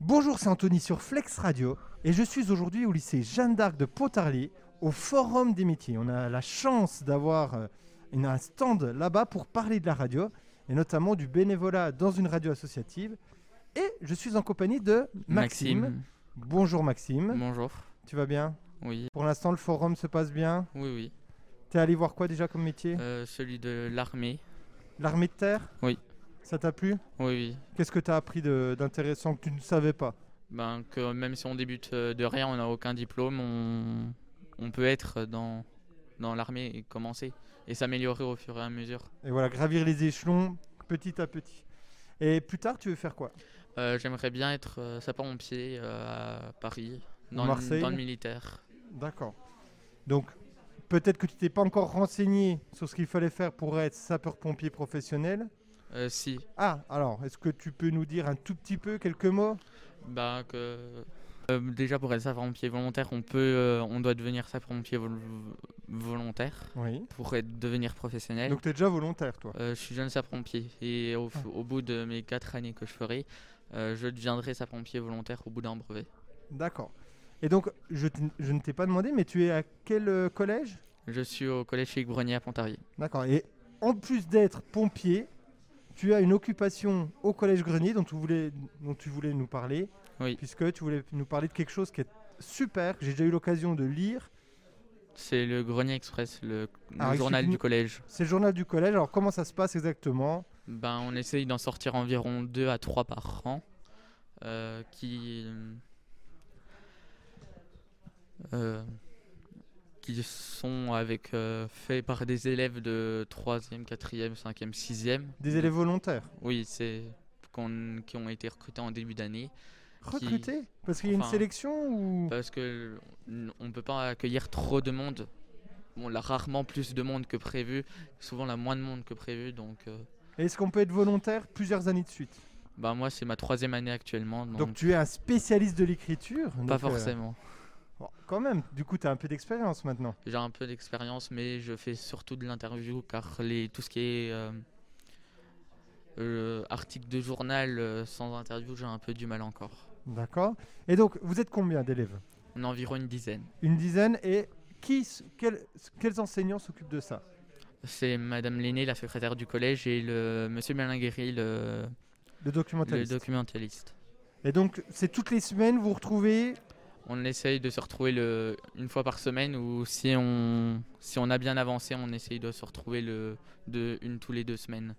Bonjour, c'est Anthony sur Flex Radio et je suis aujourd'hui au lycée Jeanne d'Arc de Pontarlier au Forum des métiers. On a la chance d'avoir euh, une- un stand là-bas pour parler de la radio et notamment du bénévolat dans une radio associative. Et je suis en compagnie de Maxime. Bonjour Maxime, Bonjour. tu vas bien Oui, Pour l'instant, le forum se passe bien. oui, oui. T'es allé voir quoi déjà comme métier Euh, celui de l'armée. L'armée de terre oui. Ça t'a plu Oui, oui. Qu'est-ce que t'as appris de- d'intéressant que tu ne savais pas Ben, que même si on débute euh, de rien, on n'a aucun diplôme, on, on peut être dans, dans l'armée et commencer et s'améliorer au fur et à mesure. Et voilà, gravir les échelons petit à petit. Et plus tard, tu veux faire quoi Euh, J'aimerais bien être euh, sapeur-pompier euh, à Paris, Ou dans, le- Marseille. dans le militaire. D'accord. Donc, peut-être que tu t'es pas encore renseigné sur ce qu'il fallait faire pour être sapeur-pompier professionnel. Euh, si, Ah, alors, est-ce que tu peux nous dire un tout petit peu quelques mots ben, que. euh, déjà pour être sapeur-pompier volontaire, on peut, euh, on doit devenir sapeur-pompier vol- volontaire Oui. pour être, devenir professionnel. Donc, tu es déjà volontaire, toi. Euh, je suis jeune sapeur-pompier et au, f- au bout de mes 4 années que je ferai, euh, je deviendrai sapeur-pompier volontaire au bout d'un brevet. D'accord. Et donc, je, t- je ne t'ai pas demandé, mais tu es à quel euh, collège Je suis au collège Philippe Grenier à Pontarlier. D'accord. Et en plus d'être pompier, tu as une occupation au collège Grenier dont tu voulais, dont tu voulais nous parler. Oui. Puisque tu voulais nous parler de quelque chose qui est super, que j'ai déjà eu l'occasion de lire. C'est le Grenier Express, le, le Alors, journal explique-nous. du collège. C'est le journal du collège. Alors, comment ça se passe exactement Ben, on essaye d'en sortir environ 2 à 3 par an. euh, qui, euh, qui sont avec, euh, faits par des élèves de 3e, 4e, 5e, 6e. Des élèves volontaires. Oui, c'est qu'on- qui ont été recrutés en début d'année. Recrutés Parce qu'il y a une Enfin, sélection ou... Parce que n- on peut pas accueillir trop de monde. On a rarement plus de monde que prévu. Souvent, on a moins de monde que prévu. Donc, euh, Est-ce qu'on peut être volontaire plusieurs années de suite bah moi, c'est ma troisième année actuellement. Donc, Donc, tu es un spécialiste de l'écriture donc, pas euh, forcément. bon, quand même, du coup, tu as un peu d'expérience maintenant. J'ai un peu d'expérience, mais je fais surtout de l'interview car les, tout ce qui est euh, euh, article de journal euh, sans interview, j'ai un peu du mal encore. D'accord. Et donc, vous êtes combien d'élèves On a environ une dizaine. Une dizaine. Et qui, s- quel- s- quels enseignants s'occupent de ça C'est Madame Lenné, la secrétaire du collège, et le Monsieur Malinguéry, le, Le le documentaliste. documentaliste. Et donc, c'est toutes les semaines, vous retrouvez. On essaye de se retrouver le, une fois par semaine ou si on, si on a bien avancé, on essaye de se retrouver le, de, une tous les deux semaines.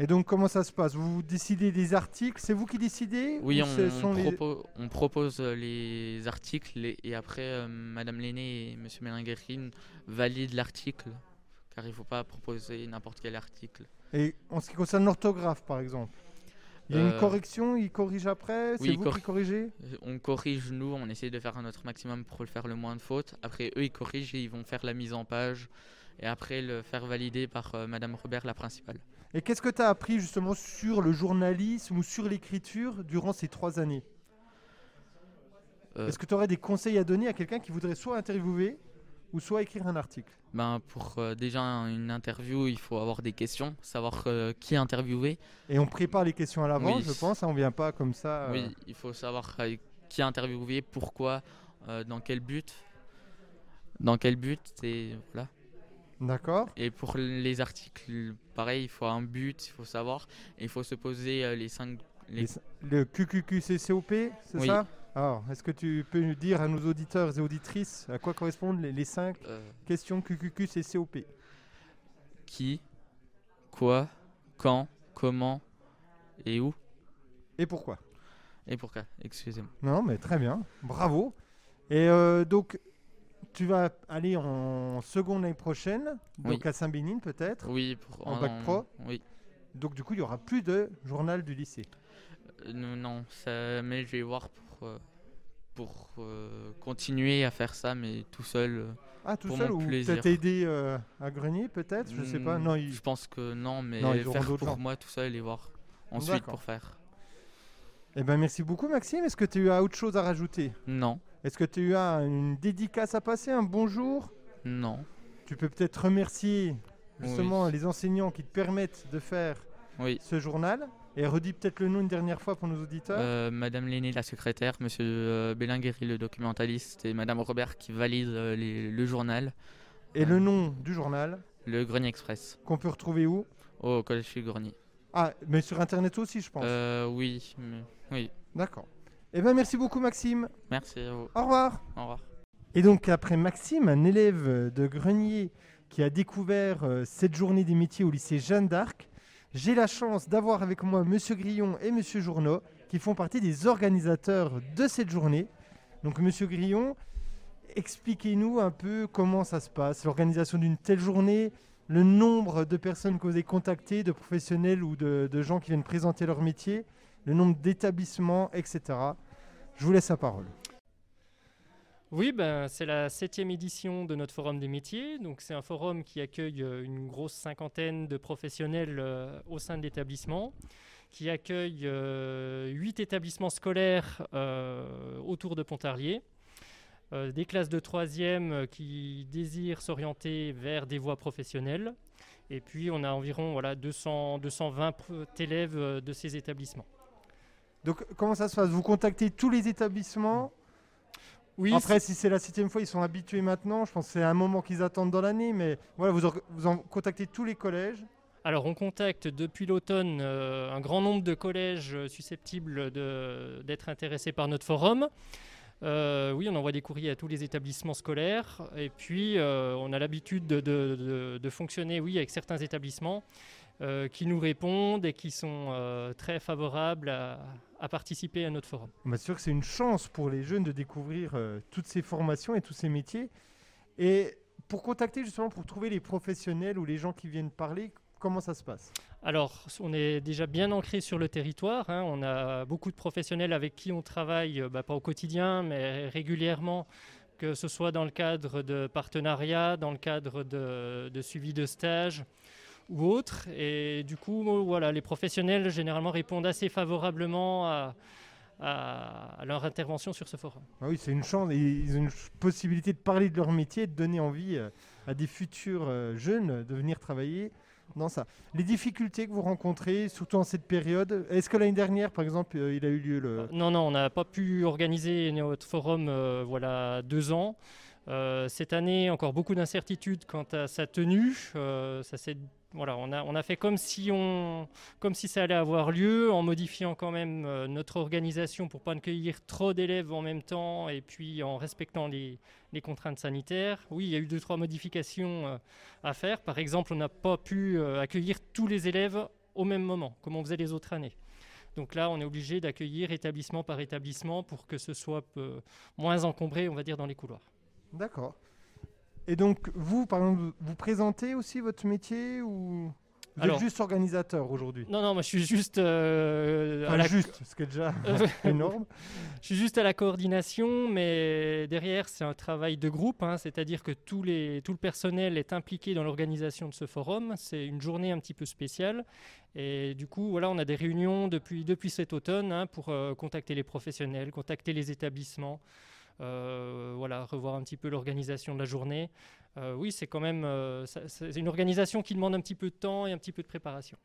Et donc, comment ça se passe Vous décidez des articles C'est vous qui décidez Oui, ou on, ce sont les- propo- on propose euh, les articles et, et après euh, Madame Lenné et Monsieur Mélinguerine valident l'article car il ne faut pas proposer n'importe quel article. Et en ce qui concerne l'orthographe, par exemple, il y a une Euh, correction, il corrige après, Eh, c'est oui, il vous qui corri- corrigez Euh, On corrige nous, on essaye de faire notre maximum pour le faire le moins de fautes. Après eux ils corrigent et ils vont faire la mise en page et après le faire valider par euh, Madame Robert, la principale. Et qu'est-ce que tu as appris justement sur le journalisme ou sur l'écriture durant ces trois années Euh, Est-ce que tu aurais des conseils à donner à quelqu'un qui voudrait soit interviewer ou soit écrire un article Ben, pour euh, déjà un- une interview, il faut avoir des questions, savoir euh, qui interviewer. Et on prépare les questions à l'avance, Oui. je pense, hein, on vient pas comme ça. euh. Oui, il faut savoir euh, qui interviewer, pourquoi, euh, dans quel but. Dans quel but, et voilà. D'accord Et pour les articles, pareil, il faut un but, il faut savoir. Et il faut se poser euh, les cinq. les- Les- Le QQQCCOP, c'est Oui. ça Alors, est-ce que tu peux nous dire à nos auditeurs et auditrices à quoi correspondent les, les cinq euh, questions QQQCCOP qui, quoi, quand, comment et où. Et pourquoi Et pourquoi, excusez-moi. Non, mais très bien. Bravo. Et euh, donc, tu vas aller en seconde l'année prochaine, donc Oui. à Saint-Bénigne peut-être. Oui, pour. En bac pro Oui. Donc, du coup, il n'y aura plus de journal du lycée. Euh, Non, non, ça- mais je vais voir pour, euh, pour euh, continuer à faire ça, mais tout seul. euh, Ah, tout Pour seul mon ou plaisir. peut-être aider euh, à grenier peut-être Je sais pas. hmm, Non, il- Je pense que non, mais Non, ils auront faire d'autres pour gens. moi tout seul et voir ensuite D'accord. pour faire. Eh ben, merci beaucoup, Maxime. Est-ce que tu as autre chose à rajouter Non, Est-ce que tu as une dédicace à passer Un bonjour non, Tu peux peut-être remercier justement Oui. les enseignants qui te permettent de faire oui, ce journal. Et redis peut-être le nom une dernière fois pour nos auditeurs. Euh, Madame Lenné, la secrétaire, Monsieur euh, Bellingueri, le documentaliste, et Madame Robert qui valide euh, les- le journal, Et euh. le nom du journal le Grenier Express, qu'on peut retrouver où au Collège du Grenier. Ah, mais sur Internet aussi, je pense. Euh, oui, mais- oui. D'accord. Eh bien, merci beaucoup, Maxime. Merci à vous. Au revoir. Au revoir. Et donc, après Maxime, un élève de Grenier qui a découvert euh, cette journée des métiers au lycée Jeanne d'Arc, j'ai la chance d'avoir avec moi Monsieur Grillon et Monsieur Journeau, qui font partie des organisateurs de cette journée. Donc, Monsieur Grillon, expliquez-nous un peu comment ça se passe, l'organisation d'une telle journée, le nombre de personnes que vous avez contactées, de professionnels ou de, de gens qui viennent présenter leur métier, le nombre d'établissements, etc. Je vous laisse la parole. Oui, ben, c'est la septième édition de notre Forum des métiers. Donc, c'est un forum qui accueille euh, une grosse cinquantaine de professionnels euh, au sein de l'établissement, qui accueille euh, huit établissements scolaires euh, autour de Pontarlier, euh, des classes de troisième euh, qui désirent s'orienter vers des voies professionnelles. Et puis, on a environ voilà, 200, 220 pro- élèves euh, de ces établissements. Donc, comment ça se passe Vous contactez tous les établissements Oui, Après, si c'est la septième fois, ils sont habitués maintenant. Je pense que c'est un moment qu'ils attendent dans l'année. Mais voilà, vous, or- vous en contactez tous les collèges. Alors, on contacte depuis l'automne euh, un grand nombre de collèges euh, susceptibles de- d'être intéressés par notre forum. Euh, oui, on envoie des courriers à tous les établissements scolaires. Et puis, euh, on a l'habitude de, de- de- de fonctionner oui, avec certains établissements euh, qui nous répondent et qui sont euh, très favorables à- à participer à notre forum. On bien sûr que c'est une chance pour les jeunes de découvrir euh, toutes ces formations et tous ces métiers. Et pour contacter, justement, pour trouver les professionnels ou les gens qui viennent parler, comment ça se passe Alors, on est déjà bien ancré sur le territoire. hein. On a beaucoup de professionnels avec qui on travaille, euh, bah, pas au quotidien, mais régulièrement, que ce soit dans le cadre de partenariats, dans le cadre de, de suivi de stages ou autre. Et du coup, euh, voilà, les professionnels généralement répondent assez favorablement à- à- à leur intervention sur ce forum. Ah Oui, c'est une chance. et Ils ont une ch- possibilité de parler de leur métier, et de donner envie euh, à des futurs euh, jeunes de venir travailler dans ça. Les difficultés que vous rencontrez, surtout en cette période, est-ce que l'année dernière, par exemple, euh, il a eu lieu le... Ah, Non, non, on n'a pas pu organiser notre forum euh, voilà deux ans. Euh, cette année, encore beaucoup d'incertitudes quant à sa tenue. Euh, ça s'est- voilà, on, a, on a fait comme si, on, comme si ça allait avoir lieu, en modifiant quand même euh, notre organisation pour ne pas accueillir trop d'élèves en même temps et puis en respectant les, les contraintes sanitaires. Oui, il y a eu deux, trois modifications euh, à faire. Par exemple, on n'a pas pu euh, accueillir tous les élèves au même moment, comme on faisait les autres années. Donc là, on est obligé d'accueillir établissement par établissement pour que ce soit peu- moins encombré, on va dire, dans les couloirs. D'accord. Et donc, vous, par exemple, vous présentez aussi votre métier ou vous Alors- êtes juste organisateur aujourd'hui Non, non, moi je suis juste, euh, à Enfin, la, juste, ce qui est déjà énorme. je suis juste à la coordination, mais derrière, c'est un travail de groupe, hein, c'est-à-dire que tous les, tout le personnel est impliqué dans l'organisation de ce forum. C'est une journée un petit peu spéciale. Et du coup, voilà, on a des réunions depuis, depuis cet automne hein, pour euh, contacter les professionnels, contacter les établissements. euh, voilà, revoir un petit peu l'organisation de la journée. Euh, oui, c'est quand même euh, ça- c'est une organisation qui demande un petit peu de temps et un petit peu de préparation.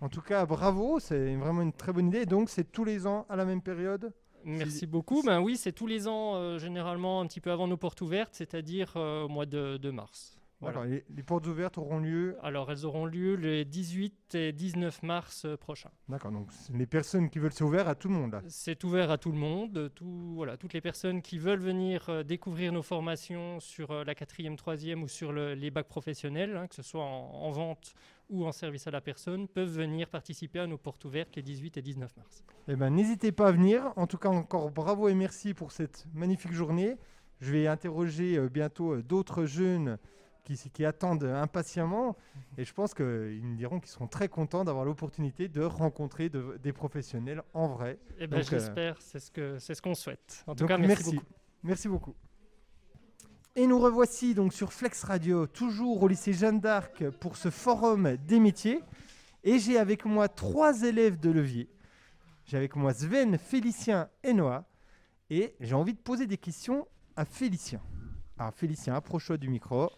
En tout cas, bravo, c'est vraiment une très bonne idée. Donc, c'est tous les ans à la même période Merci Si- beaucoup. Ben oui, c'est tous les ans, euh, généralement un petit peu avant nos portes ouvertes, c'est-à-dire euh, au mois de, de mars. Voilà. D'accord, les- les portes ouvertes auront lieu Alors elles auront lieu les 18 et 19 mars euh, prochains. D'accord, donc c'est les personnes qui veulent, c'est ouvert à tout le monde là. C'est ouvert à tout le monde, tout, voilà, toutes les personnes qui veulent venir euh, découvrir nos formations sur euh, la quatrième, troisième ou sur le- les bacs professionnels, hein, que ce soit en, en vente ou en service à la personne, peuvent venir participer à nos portes ouvertes les 18 et 19 mars. Eh ben, n'hésitez pas à venir. En tout cas, encore bravo et merci pour cette magnifique journée. Je vais interroger euh, bientôt euh, d'autres jeunes qui, qui attendent euh, impatiemment et je pense qu'ils me diront qu'ils seront très contents d'avoir l'opportunité de rencontrer de- des professionnels en vrai. Eh ben, Donc, euh, j'espère, c'est ce que- c'est ce qu'on souhaite. En tout Donc, cas, merci beaucoup. Merci beaucoup. Et nous revoici donc sur Flex Radio, toujours au lycée Jeanne d'Arc pour ce forum des métiers. Et j'ai avec moi trois élèves de levier. J'ai avec moi Sven, Félicien et Noah. Et j'ai envie de poser des questions à Félicien. Alors Félicien, approche-toi du micro.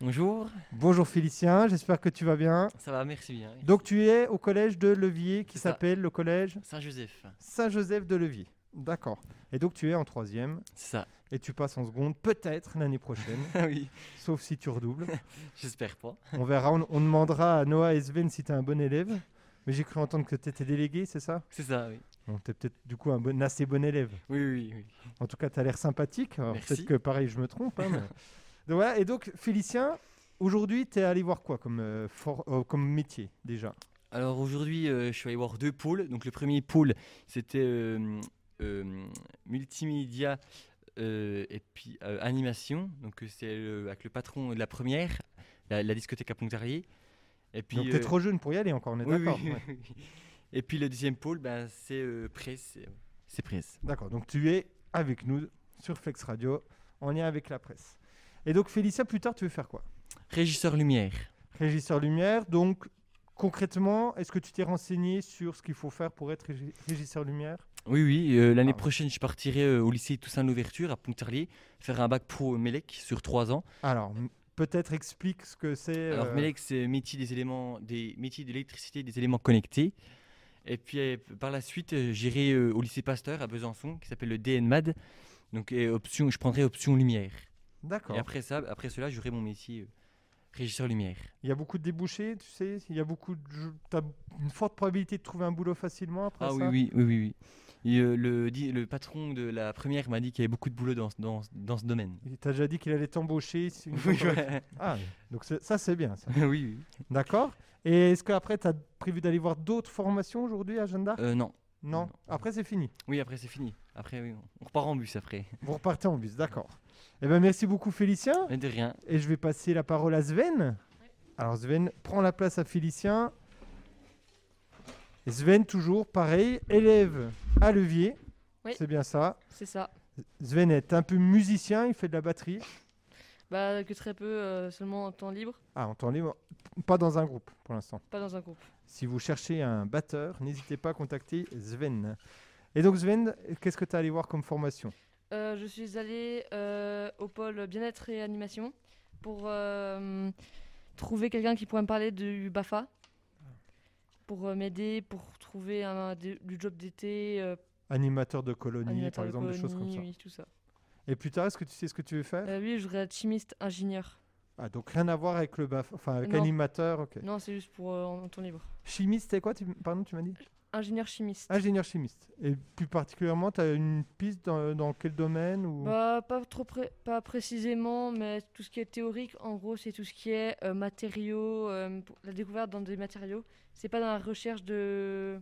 Bonjour, Bonjour Félicien, j'espère que tu vas bien. ça va, merci bien. Donc tu es au collège de Levier qui C'est ça. s'appelle le collège Saint-Joseph, Saint-Joseph de Levier. D'accord. Et donc tu es en troisième c'est ça. et tu passes en seconde peut-être l'année prochaine, Ah oui, sauf si tu redoubles. j'espère pas. On verra, on, on demandera à Noah et Sven si tu es un bon élève. Mais j'ai cru entendre que tu étais délégué, c'est ça C'est ça, oui. Bon, tu es peut-être du coup un bon, assez bon élève. Oui, oui, oui. En tout cas, tu as l'air sympathique. Alors, Merci. Peut-être que pareil, je me trompe. hein, mais- Donc, voilà. Et donc, Félicien, aujourd'hui, tu es allé voir quoi comme, euh, for- euh, comme métier déjà Alors aujourd'hui, euh, je suis allé voir deux pôles. Donc le premier pôle, c'était euh, euh, multimédia euh, et puis euh, animation. Donc euh, c'est le- avec le patron de la première, la, la discothèque à Pontarié. Et puis, Donc, tu es euh, trop jeune pour y aller encore, on est oui, oui, d'accord oui, ouais. oui. Et puis le deuxième pôle, ben, c'est euh, presse. euh, C'est presse. D'accord. Donc, tu es avec nous sur Flex Radio, en lien avec la presse. Et donc, Félicien, plus tard, tu veux faire quoi Régisseur lumière. Régisseur lumière, donc concrètement, est-ce que tu t'es renseigné sur ce qu'il faut faire pour être régi- régisseur lumière Oui, oui. euh, L'année Ah. prochaine, je partirai euh, au lycée Toussaint Louverture à Pontarlier faire un bac pro Melec sur trois ans. Alors, m- peut-être explique ce que c'est. Alors euh, Melec, c'est métier des éléments, des métiers d'électricité, des éléments connectés. Et puis euh, par la suite, euh, j'irai euh, au lycée Pasteur à Besançon, qui s'appelle le DNMAD. Donc et option, je prendrai option lumière. D'accord. Et après ça, après cela, j'aurai mon métier euh, régisseur lumière. Il y a beaucoup de débouchés, tu sais. Il y a beaucoup de. Tu as une forte probabilité de trouver un boulot facilement après Ah ça. oui, oui, oui, oui, oui. Et, euh, le, di- le patron de la première m'a dit qu'il y avait beaucoup de boulot dans, ce- dans, ce- dans ce domaine. Il t'a déjà dit qu'il allait t'embaucher. si une fois Oui, qu'on aurait- ouais. Ah, donc c'est- ça, c'est bien. ça. oui, oui. D'accord. Et est-ce qu'après, tu as prévu d'aller voir d'autres formations aujourd'hui à Jeanne d'Arc Euh, non. non. non. Après, c'est fini. Oui, après c'est fini. Après, oui, on repart en bus après. Vous repartez en bus, d'accord. Eh ben, merci beaucoup, Félicien. Mais de rien. Et je vais passer la parole à Sven. Alors Sven, prends la place à Félicien. Et Sven, toujours pareil, élève à levier. Oui. C'est bien ça. C'est ça. Sven est un peu musicien, il fait de la batterie. Bah, que très peu, euh, seulement en temps libre, Ah, on t'en libre. Pas dans un groupe pour l'instant. pas dans un groupe. Si vous cherchez un batteur, n'hésitez pas à contacter Sven. Et donc Sven, qu'est-ce que tu as allé voir comme formation Euh, je suis allée euh, au pôle bien-être et animation pour euh, trouver quelqu'un qui pourrait me parler du BAFA, pour euh, m'aider, pour trouver un, des- du job d'été, euh, Animateur de colonie, animateur par de exemple, des choses comme colonie, ça. oui, tout ça. Et plus tard, est-ce que tu sais ce que tu veux faire Euh, oui, je voudrais être chimiste, ingénieur. Ah, donc rien à voir avec le baf, enfin avec Non. animateur, ok. Non, c'est juste pour euh, en en temps libre. Chimiste, c'est quoi tu, Pardon, tu m'as dit Ingénieur chimiste. Ingénieur chimiste. Et plus particulièrement, tu as une piste dans, dans quel domaine ou... Bah, pas trop pré- pas précisément, mais tout ce qui est théorique, en gros, c'est tout ce qui est euh, matériaux, euh, pour- la découverte dans des matériaux. C'est pas dans la recherche de,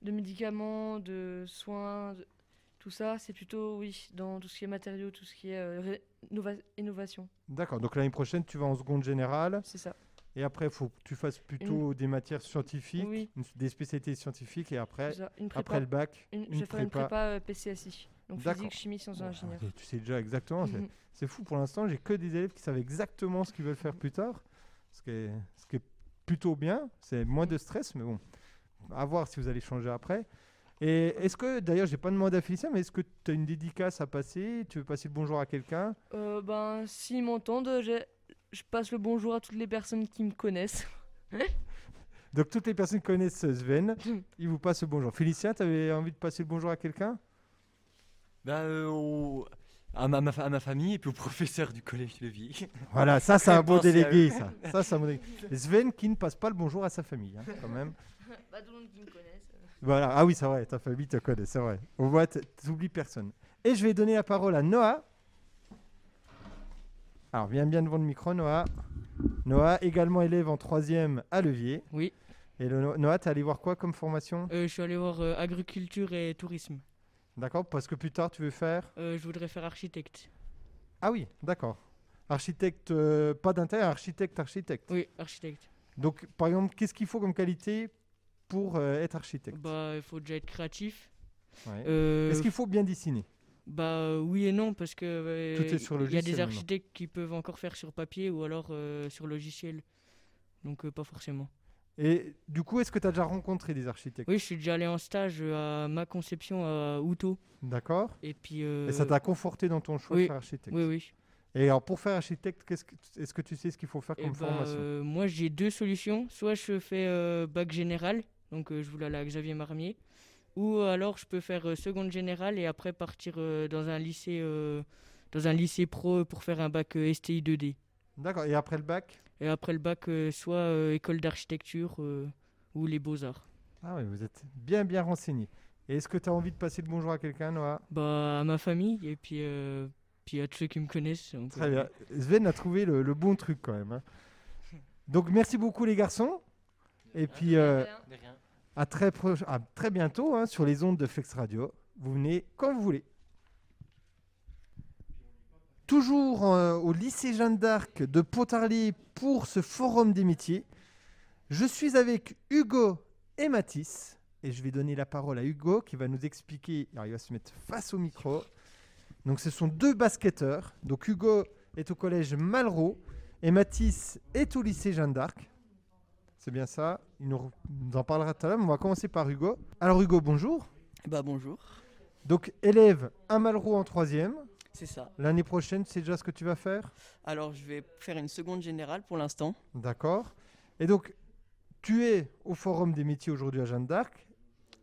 de médicaments, de soins, de- tout ça. C'est plutôt, oui, dans tout ce qui est matériaux, tout ce qui est euh, ré- innova- innovation. D'accord, donc l'année prochaine, tu vas en seconde générale. C'est ça. Et après, il faut que tu fasses plutôt des matières scientifiques, Oui. une- des spécialités scientifiques. Et après, C'est ça. Une prépa. après le bac, une, une, je vais faire une prépa. prépa euh, PCSI. Donc D'accord. physique, chimie, sciences Mhm. de Bon, l'ingénieur. ah, tu sais déjà exactement. c'est- C'est fou, pour l'instant, j'ai que des élèves qui savent exactement ce qu'ils veulent faire plus tard. Ce qui est, ce qui est plutôt bien. C'est moins de stress, mais bon, à voir si vous allez changer après. Et est-ce que, d'ailleurs, j'ai pas demandé à Félicien, mais est-ce que tu as une dédicace à passer Tu veux passer le bonjour à quelqu'un Euh, ben, s'ils m'entendent, j'ai- je passe le bonjour à toutes les personnes qui me connaissent. Donc, toutes les personnes qui connaissent Sven, ils vous passent le bonjour. Félicien, tu avais envie de passer le bonjour à quelqu'un Bah, euh, au- à, ma, ma fa- à ma famille et puis au professeur du collège Levier. Voilà, ça, c'est un bon Pensez à délégué, ça. ça, c'est un bon délégué. Sven qui ne passe pas le bonjour à sa famille, hein, quand même. Pas tout le monde qui me connaisse. Voilà, ah oui, c'est vrai, ta famille te connaît, c'est vrai. Au moins, t- t'oublies personne. Et je vais donner la parole à Noah. Alors, viens bien devant le micro, Noah. Noah, également élève en troisième à Levier. Oui. Et le, No- Noah, t'es allé voir quoi comme formation Euh, je suis allé voir euh, agriculture et tourisme. D'accord, parce que plus tard, tu veux faire Euh, je voudrais faire architecte. Ah oui, d'accord. Architecte, euh, pas d'inter, architecte, architecte. Oui, architecte. Donc, par exemple, qu'est-ce qu'il faut comme qualité pour euh, être architecte Bah, il faut déjà être créatif. Ouais. Euh, Est-ce qu'il faut bien dessiner Bah oui et non parce que euh, Tout est sur il y a logiciel des maintenant. architectes qui peuvent encore faire sur papier ou alors euh, sur logiciel. Donc euh, pas forcément. Et du coup, est-ce que tu as déjà rencontré des architectes Oui, je suis déjà allé en stage euh, à ma conception à Outo D'accord et puis. euh, Et ça t'a conforté dans ton choix oui, de faire architecte. Oui oui. Et alors, pour faire architecte, qu'est-ce que- est-ce que tu sais ce qu'il faut faire Eh comme ben, formation euh, moi, j'ai deux solutions. Soit je fais euh, bac général, donc euh, je voulais aller à Xavier Marmier, ou alors je peux faire euh, seconde générale et après partir euh, dans un lycée, euh, dans un lycée pro pour faire un bac euh, STI 2D. D'accord. Et après le bac Et après le bac, euh, soit euh, école d'architecture euh, ou les beaux arts. Ah oui, vous êtes bien, bien renseigné. Et est-ce que tu as envie de passer le bonjour à quelqu'un, Noah Bah, à ma famille et puis euh, puis à tous ceux qui me connaissent. on peut- Très bien. Sven a trouvé le, le bon truc quand même. hein. Donc, merci beaucoup, les garçons. Et puis, euh, à, très proche- à très bientôt hein, sur les ondes de Flex Radio. Vous venez quand vous voulez. Toujours euh, au lycée Jeanne d'Arc de Pontarlier pour ce forum des métiers. Je suis avec Hugo et Mathis. Et je vais donner la parole à Hugo qui va nous expliquer. Alors, il va se mettre face au micro. Donc, ce sont deux basketteurs. Donc, Hugo est au collège Malraux et Mathis est au lycée Jeanne d'Arc. C'est bien ça. Il nous, nous en parlera tout à l'heure. mais On va commencer par Hugo. Alors, Hugo, bonjour. Bah bonjour, Donc, élève à Malraux en troisième. c'est ça. L'année prochaine, c'est déjà ce que tu vas faire Alors je vais faire une seconde générale pour l'instant. D'accord. Et donc, tu es au Forum des métiers aujourd'hui à Jeanne d'Arc.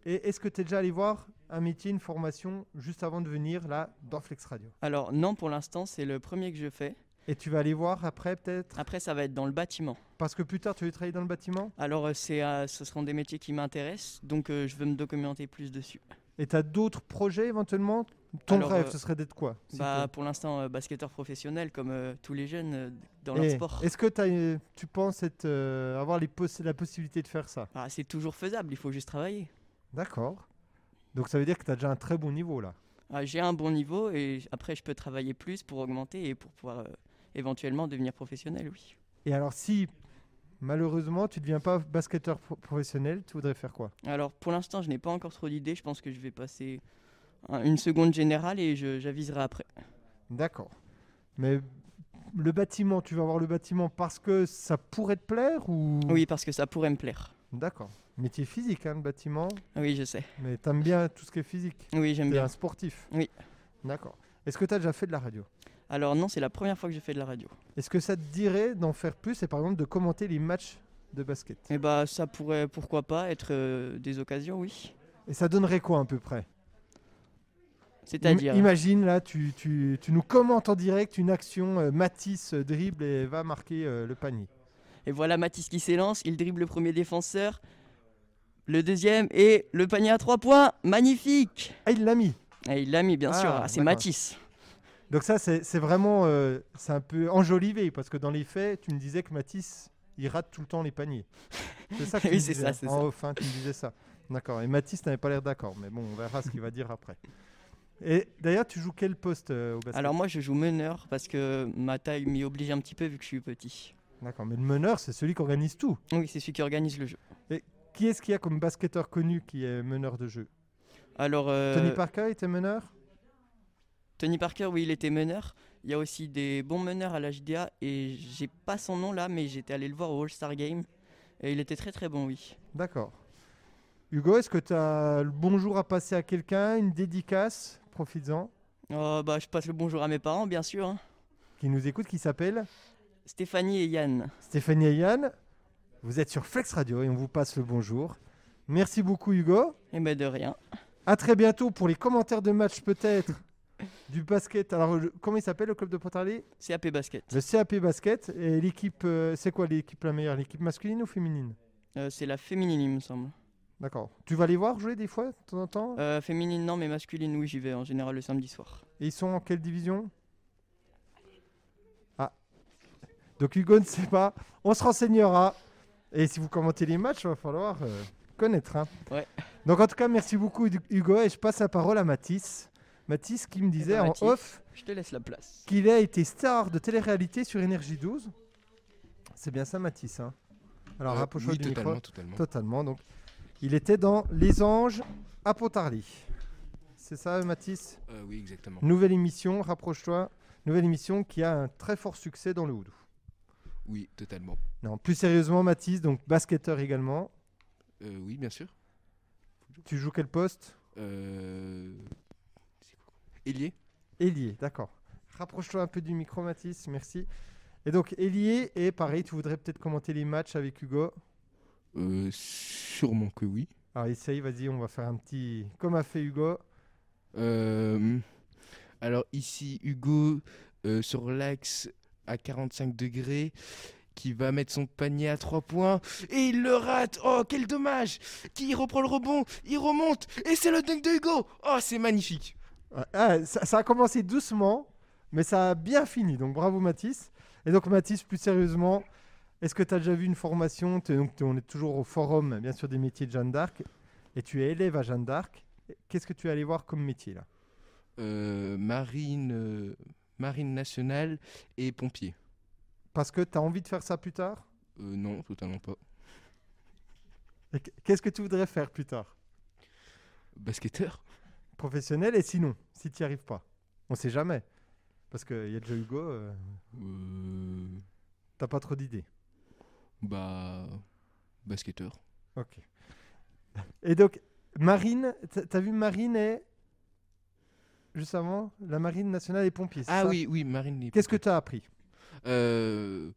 Et est-ce que tu es déjà allé voir un métier, une formation, juste avant de venir là, dans Flex Radio Alors non, pour l'instant c'est le premier que je fais. Et tu vas aller voir après, peut-être Après ça va être dans le bâtiment. Parce que plus tard, tu veux travailler dans le bâtiment Alors euh, c'est, euh, ce seront des métiers qui m'intéressent, donc euh, je veux me documenter plus dessus. Et tu as d'autres projets éventuellement Ton Alors, rêve, euh, ce serait d'être quoi si bah t'es- pour l'instant euh, basketteur professionnel comme euh, tous les jeunes euh, dans leur Et sport. Est-ce que t'as, euh, tu penses être, euh, avoir les poss- la possibilité de faire ça Ah, c'est toujours faisable, il faut juste travailler. D'accord. Donc ça veut dire que tu as déjà un très bon niveau là. Ah, j'ai un bon niveau et j- après je peux travailler plus pour augmenter et pour pouvoir euh, éventuellement devenir professionnel, oui. Et alors si malheureusement tu ne deviens pas basketteur pro- professionnel, tu voudrais faire quoi Alors pour l'instant je n'ai pas encore trop d'idées, je pense que je vais passer un- une seconde générale et je- j'aviserai après. D'accord. Mais le bâtiment, tu vas voir le bâtiment parce que ça pourrait te plaire ou Oui, parce que ça pourrait me plaire. D'accord. Métier physique, hein, le bâtiment. Oui, je sais. Mais t'aimes bien tout ce qui est physique. Oui, j'aime T'es bien. un sportif. Oui. Ah. D'accord. Est-ce que tu as déjà fait de la radio Alors non, c'est la première fois que je fais de la radio. Est-ce que ça te dirait d'en faire plus et par exemple de commenter les matchs de basket Et bah ça pourrait, pourquoi pas, être euh, des occasions, oui. Et ça donnerait quoi à peu près C'est-à-dire, Im- Imagine là, tu, tu- tu nous commentes en direct une action, euh, Matisse euh, dribble et va marquer euh, le panier. et voilà Matisse qui s'élance, il dribble le premier défenseur, le deuxième et le panier à trois points, magnifique Ah, il l'a mis Et il l'a mis, bien sûr, Ah, Ah, c'est d'accord. Matisse. Donc ça, c'est c'est vraiment, euh, c'est un peu enjolivé, parce que dans les faits, tu me disais que Matisse, il rate tout le temps les paniers. C'est ça que tu Oui, me c'est disais, ça, hein. c'est En ça. off, hein, tu me disais ça. D'accord, et Matisse n'avait pas l'air d'accord, mais bon, on verra ce qu'il va dire après. Et d'ailleurs, tu joues quel poste euh, au basket Alors moi je joue meneur parce que ma taille m'y oblige un petit peu vu que je suis petit. D'accord, mais le meneur, c'est celui qui organise tout. Oui, c'est celui qui organise le jeu. Qui est-ce qu'il y a comme basketteur connu qui est meneur de jeu Alors, euh, Tony Parker était meneur Tony Parker, oui, il était meneur. Il y a aussi des bons meneurs à la JDA et j'ai pas son nom là, mais j'étais allé le voir au All-Star Game et il était très très bon, oui. D'accord. Hugo, est-ce que tu as le bonjour à passer à quelqu'un, une dédicace Profites-en. Oh, bah, je passe le bonjour à mes parents, bien sûr. hein. Qui nous écoute, qui s'appelle Stéphanie et Yann. Stéphanie et Yann. Vous êtes sur Flex Radio et on vous passe le bonjour. Merci beaucoup, Hugo. Et ben de rien. À très bientôt pour les commentaires de match, peut-être, du basket. Alors, le- comment il s'appelle le club de Pontarlier CAP Basket. Le CAP Basket. Et l'équipe, euh, c'est quoi l'équipe la meilleure L'équipe masculine ou féminine Euh, c'est la féminine, il me semble. D'accord. Tu vas les voir jouer des fois, de temps en temps Euh, féminine, non, mais masculine, oui, j'y vais en général le samedi soir. Et ils sont en quelle division Ah. Donc Hugo ne sait pas. On se renseignera. Et si vous commentez les matchs, il va falloir euh, connaître. hein. Ouais. Donc en tout cas, merci beaucoup Hu- Hugo. Et je passe la parole à Mathis. Mathis qui me disait ben, en Mathis. off Je te laisse la place. qu'il a été star de télé-réalité sur Énergie 12. C'est bien ça Mathis. hein Alors Euh, rapproche-toi oui, du micro. totalement, totalement. Totalement. Donc, il était dans Les Anges à Pontarly. C'est ça Mathis Euh, oui, exactement. Nouvelle émission, rapproche-toi. Nouvelle émission qui a un très fort succès dans le Houdou. Oui, totalement. Non, plus sérieusement, Mathis, donc basketteur également. Euh, oui, bien sûr. Tu joues quel poste Euh... c'est quoi Ailier Ailier, d'accord. Rapproche-toi un peu du micro, Mathis, merci. Et donc, Elie, et pareil, tu voudrais peut-être commenter les matchs avec Hugo Euh, sûrement que oui. Alors, essaye, vas-y, on va faire un petit. Comme a fait Hugo. Euh, alors ici, Hugo euh, sur l'axe à 45 degrés qui va mettre son panier à 3 points et il le rate. Oh, quel dommage! Qui reprend le rebond, il remonte et c'est le dunk de Hugo. Oh, c'est magnifique! Ouais, ah, ça, ça a commencé doucement, mais ça a bien fini. Donc bravo Mathis. Et donc Mathis, plus sérieusement, est-ce que tu as déjà vu une formation T'es- donc, t'es- On est toujours au forum, bien sûr, des métiers de Jeanne d'Arc. Et tu es élève à Jeanne d'Arc. Qu'est-ce que tu es allé voir comme métier là Euh, marine, euh, marine nationale et pompier. Parce que tu as envie de faire ça plus tard Euh, non, totalement pas. Et qu- Qu'est-ce que tu voudrais faire plus tard Basketteur? Professionnel et sinon, si tu n'y arrives pas On sait jamais. Parce qu'il y a déjà Hugo, euh, Euh, t'as pas trop d'idées. bah, basketteur. Ok. Et donc, Marine, t'as- t'as vu Marine et. Juste avant, la Marine nationale et pompiers. c'est Ah ça oui, oui, marine. et Qu'est-ce que pompier. t'as appris Euh,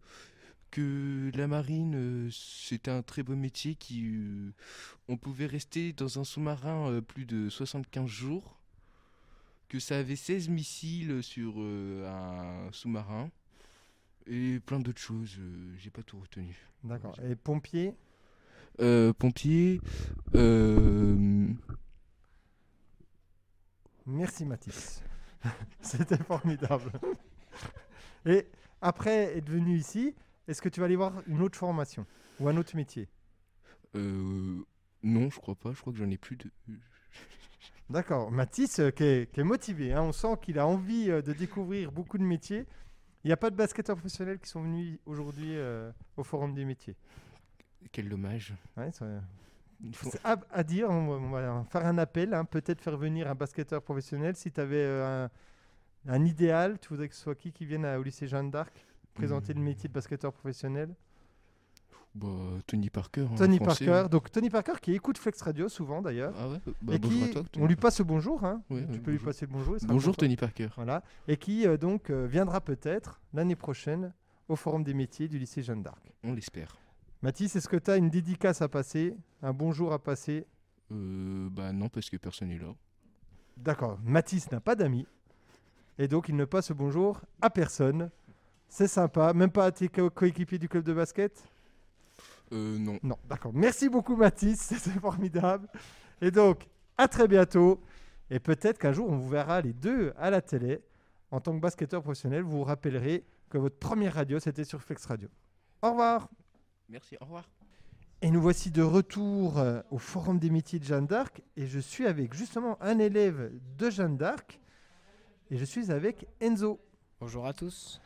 que la marine, euh, c'était un très beau métier qui... euh, on pouvait rester dans un sous-marin euh, plus de 75 jours, que ça avait 16 missiles sur euh, un sous-marin, et plein d'autres choses, euh, j'ai pas tout retenu. D'accord. Et pompiers Euh, pompier, euh, Merci Mathis. C'était formidable. Et après être venu ici, est-ce que tu vas aller voir une autre formation ou un autre métier euh, non, je crois pas, je crois que j'en ai plus de... euh, D'accord. Mathis euh, qui, est, qui est motivé. hein. On sent qu'il a envie euh, de découvrir beaucoup de métiers. Il n'y a pas de basketteurs professionnels qui sont venus aujourd'hui euh, au Forum des métiers. Quel dommage. Ouais, ça- Il faut- C'est à, à dire, on va, on va faire un appel, hein, peut-être faire venir un basketteur professionnel. Si tu avais un, un idéal, tu voudrais que ce soit qui qui vienne à- au lycée Jeanne d'Arc présenter le Hmm. métier de basketteur professionnel Bah, Tony Parker. en Tony français. Parker, donc Tony Parker qui écoute Flex Radio souvent d'ailleurs. Ah ouais Bah, et bonjour qui, à toi. on lui passe le bonjour, hein. Ouais, tu ouais, peux lui bonjour. passer le bonjour. il sera Bonjour content. Tony Parker. Voilà, et qui euh, donc euh, viendra peut-être l'année prochaine au Forum des métiers du lycée Jeanne d'Arc. On l'espère. Mathis, est-ce que tu as une dédicace à passer, un bonjour à passer Euh, bah non, parce que personne n'est là. D'accord, Mathis n'a pas d'amis. Et donc, il ne passe bonjour à personne. C'est sympa, même pas à tes co- coéquipiers du club de basket Euh, non. Non, d'accord. Merci beaucoup, Mathis, c'était formidable. Et donc, à très bientôt. Et peut-être qu'un jour, on vous verra les deux à la télé. En tant que basketteur professionnel, vous vous rappellerez que votre première radio, c'était sur Flex Radio. Au revoir Merci, au revoir. Et nous voici de retour euh, au Forum des métiers de Jeanne d'Arc. Et je suis avec justement un élève de Jeanne d'Arc. Et je suis avec Enzo. Bonjour à tous.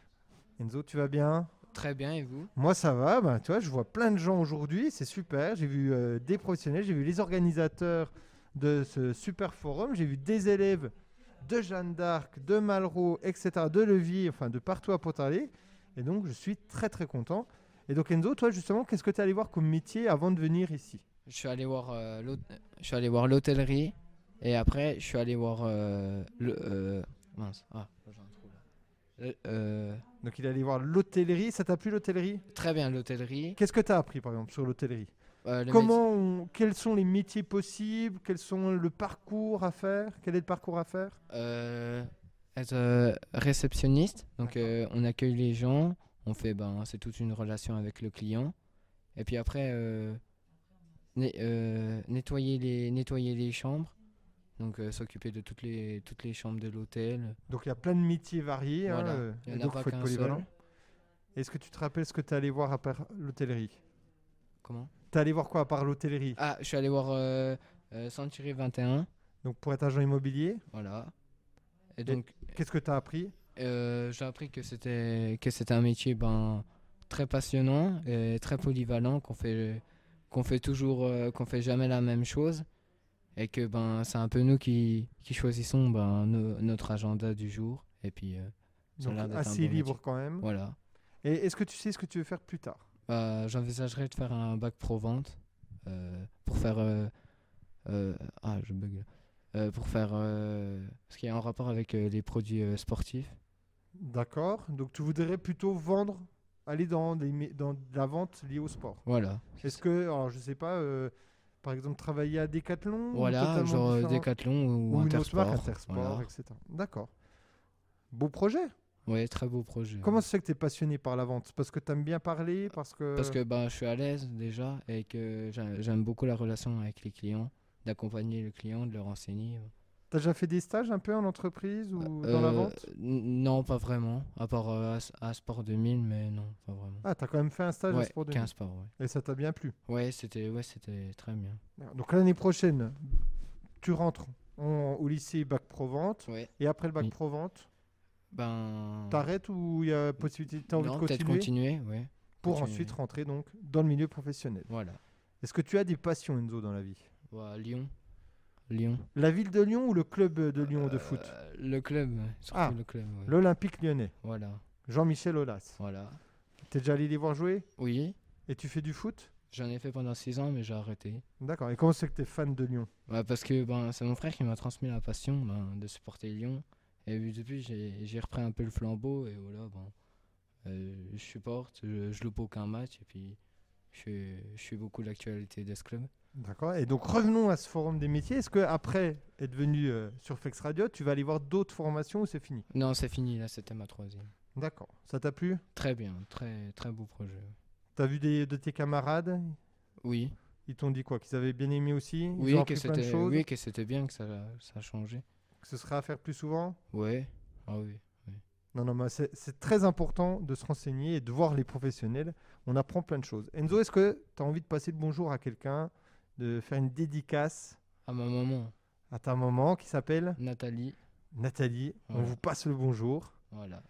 Enzo, tu vas bien Très bien, et vous Moi, ça va. Bah, tu vois, je vois plein de gens aujourd'hui. C'est super. J'ai vu euh, des professionnels, j'ai vu les organisateurs de ce super forum. J'ai vu des élèves de Jeanne d'Arc, de Malraux, etc., de Levier, enfin de partout à Pontarlier. Et donc, je suis très, très content. Et donc, Enzo, toi, justement, qu'est-ce que tu es allé voir comme métier avant de venir ici Je suis allé voir euh, l'hôte- je suis allé voir l'hôtellerie et après je suis allé voir euh, le euh, mince. Ah, j'ai un trou là. Le- euh, Donc il est allé voir l'hôtellerie. Ça t'a plu l'hôtellerie très bien l'hôtellerie. Qu'est-ce que t'as appris par exemple sur l'hôtellerie Euh, le métier- Comment, on- quels sont les métiers possibles Quels sont le parcours à faire Quel est le parcours à faire euh, être euh, réceptionniste. Donc euh, on accueille les gens, on fait ben c'est toute une relation avec le client et puis après euh, né- euh, nettoyer les nettoyer les chambres. Donc euh, s'occuper de toutes les toutes les chambres de l'hôtel. Donc il y a plein de métiers variés. hein, Voilà. euh, Il et y en a donc pas faut être qu'un polyvalent. seul. Est-ce que tu te rappelles ce que t'es allé voir à part l'hôtellerie Comment T'es allé voir quoi à part l'hôtellerie Ah, je suis allé voir euh, euh, Century 21. Donc pour être agent immobilier, Voilà. Et donc, qu'est-ce que t'as appris euh, j'ai appris que c'était que c'était un métier ben très passionnant et très polyvalent, qu'on fait qu'on fait toujours euh, qu'on fait jamais la même chose et que ben c'est un peu nous qui, qui choisissons ben no- notre agenda du jour et puis euh, Ça a Donc l'air d'être un assez bon libre métier. quand même. voilà. Et est-ce que tu sais ce que tu veux faire plus tard Bah, j'envisagerais de faire un bac pro vente euh, pour faire euh, euh, ah je bug là. Euh, pour faire euh, ce qui est en rapport avec euh, les produits euh, sportifs D'accord. Donc tu voudrais plutôt vendre, aller dans, des mé- dans de la vente liée au sport. Voilà. Est-ce que, alors je sais pas, euh, par exemple travailler à Decathlon ou Voilà, totalement genre euh, différent Decathlon ou, ou une autre Intersport. marque, Intersport, voilà. etc. D'accord. Beau projet. Ouais, très beau projet. hein. Comment euh, ça se fait que tu es passionné par la vente Parce que tu aimes bien parler Parce que. Parce que bah, je suis à l'aise déjà et que j'a- j'aime beaucoup la relation avec les clients, d'accompagner le client, de leur enseigner. T'as déjà fait des stages un peu en entreprise ou dans la Euh, vente n- Non, pas vraiment, à part euh, à S- à, Sport 2000, mais non, pas vraiment. Ah, t'as quand même fait un stage à ouais, Sport 2000. 15 Sport, ouais. Et ça t'a bien plu. Ouais, c'était ouais, c'était très bien. Donc l'année prochaine, tu rentres en- au lycée bac pro vente. Ouais. Et après le bac Oui. pro vente, Ben. t'arrêtes ou il y a possibilité, t'as envie non, de peut-être continuer continuer, ouais. pour continuer. ensuite rentrer donc dans le milieu professionnel. Voilà. Est-ce que tu as des passions Enzo dans la vie Ouais, Lyon. Lyon. La ville de Lyon ou le club de Lyon de foot Euh, le club, ouais, surtout Ah, le club. ouais. L'Olympique lyonnais, Voilà, Jean-Michel Aulas. voilà. T'es déjà allé les voir jouer Oui, et tu fais du foot j'en ai fait pendant 6 ans, mais j'ai arrêté. D'accord. Et comment c'est que t'es fan de Lyon Bah, parce que ben, c'est mon frère qui m'a transmis la passion ben, de supporter Lyon. Et puis, depuis, j'ai j'ai repris un peu le flambeau. Et voilà, ben, euh, je supporte, je, je loupe aucun match. Et puis, je, je suis beaucoup l'actualité de ce club. D'accord. Et donc revenons à ce forum des métiers. Est-ce que après être venu euh, sur Flex Radio, tu vas aller voir d'autres formations ou c'est fini Non, c'est fini, là, c'était ma troisième. D'accord. Ça t'a plu Très bien, très, très beau projet. T'as vu des, de tes camarades Oui, Ils t'ont dit quoi Qu'ils avaient bien aimé aussi Ils oui ont appris que plein de c'était choses oui, que c'était bien, que ça, ça a changé. Que ce sera à faire plus souvent Ouais, ah oui. Non, non, mais c'est c'est très important de se renseigner et de voir les professionnels. On apprend plein de choses. Enzo, est-ce que tu as envie de passer le bonjour à quelqu'un, de faire une dédicace À ma maman, à ta maman qui s'appelle Nathalie. Nathalie On Voilà. vous passe le bonjour. Voilà.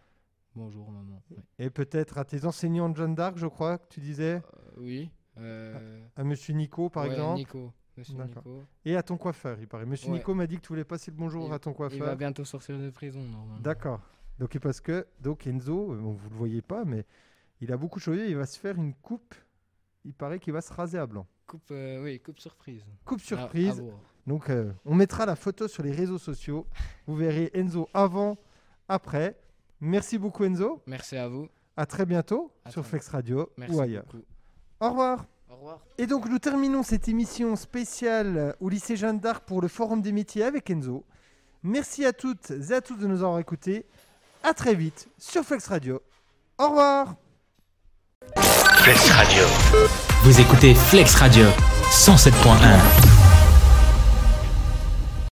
Bonjour maman. Ouais. Et peut-être à tes enseignants de Jeanne d'Arc, je crois que tu disais, Euh, oui. euh, à Monsieur Nico par ouais, exemple, Nico. Monsieur D'accord. Nico. et à ton coiffeur, il paraît. Monsieur Ouais. Nico m'a dit que tu voulais passer le bonjour Il- à ton Il va coiffeur. bientôt sortir de prison normalement. D'accord. Donc et parce que donc Enzo, euh, bon, vous le voyez pas, mais il a beaucoup changé. Il va se faire une coupe. Il paraît qu'il va se raser à blanc. Coupe, euh, oui, coupe surprise. Ah, Coupe À- à surprise. voir. Donc, euh, on mettra la photo sur les réseaux sociaux. Vous verrez Enzo avant, après. Merci beaucoup, Enzo. Merci à vous. À très bientôt À sur très bientôt. Flex Radio Merci ou ailleurs. beaucoup. Au revoir. Au revoir. Et donc, nous terminons cette émission spéciale au lycée Jeanne d'Arc pour le Forum des métiers avec Enzo. Merci à toutes et à tous de nous avoir écoutés. À très vite sur Flex Radio. Au revoir. Vous écoutez Flex Radio 107.1.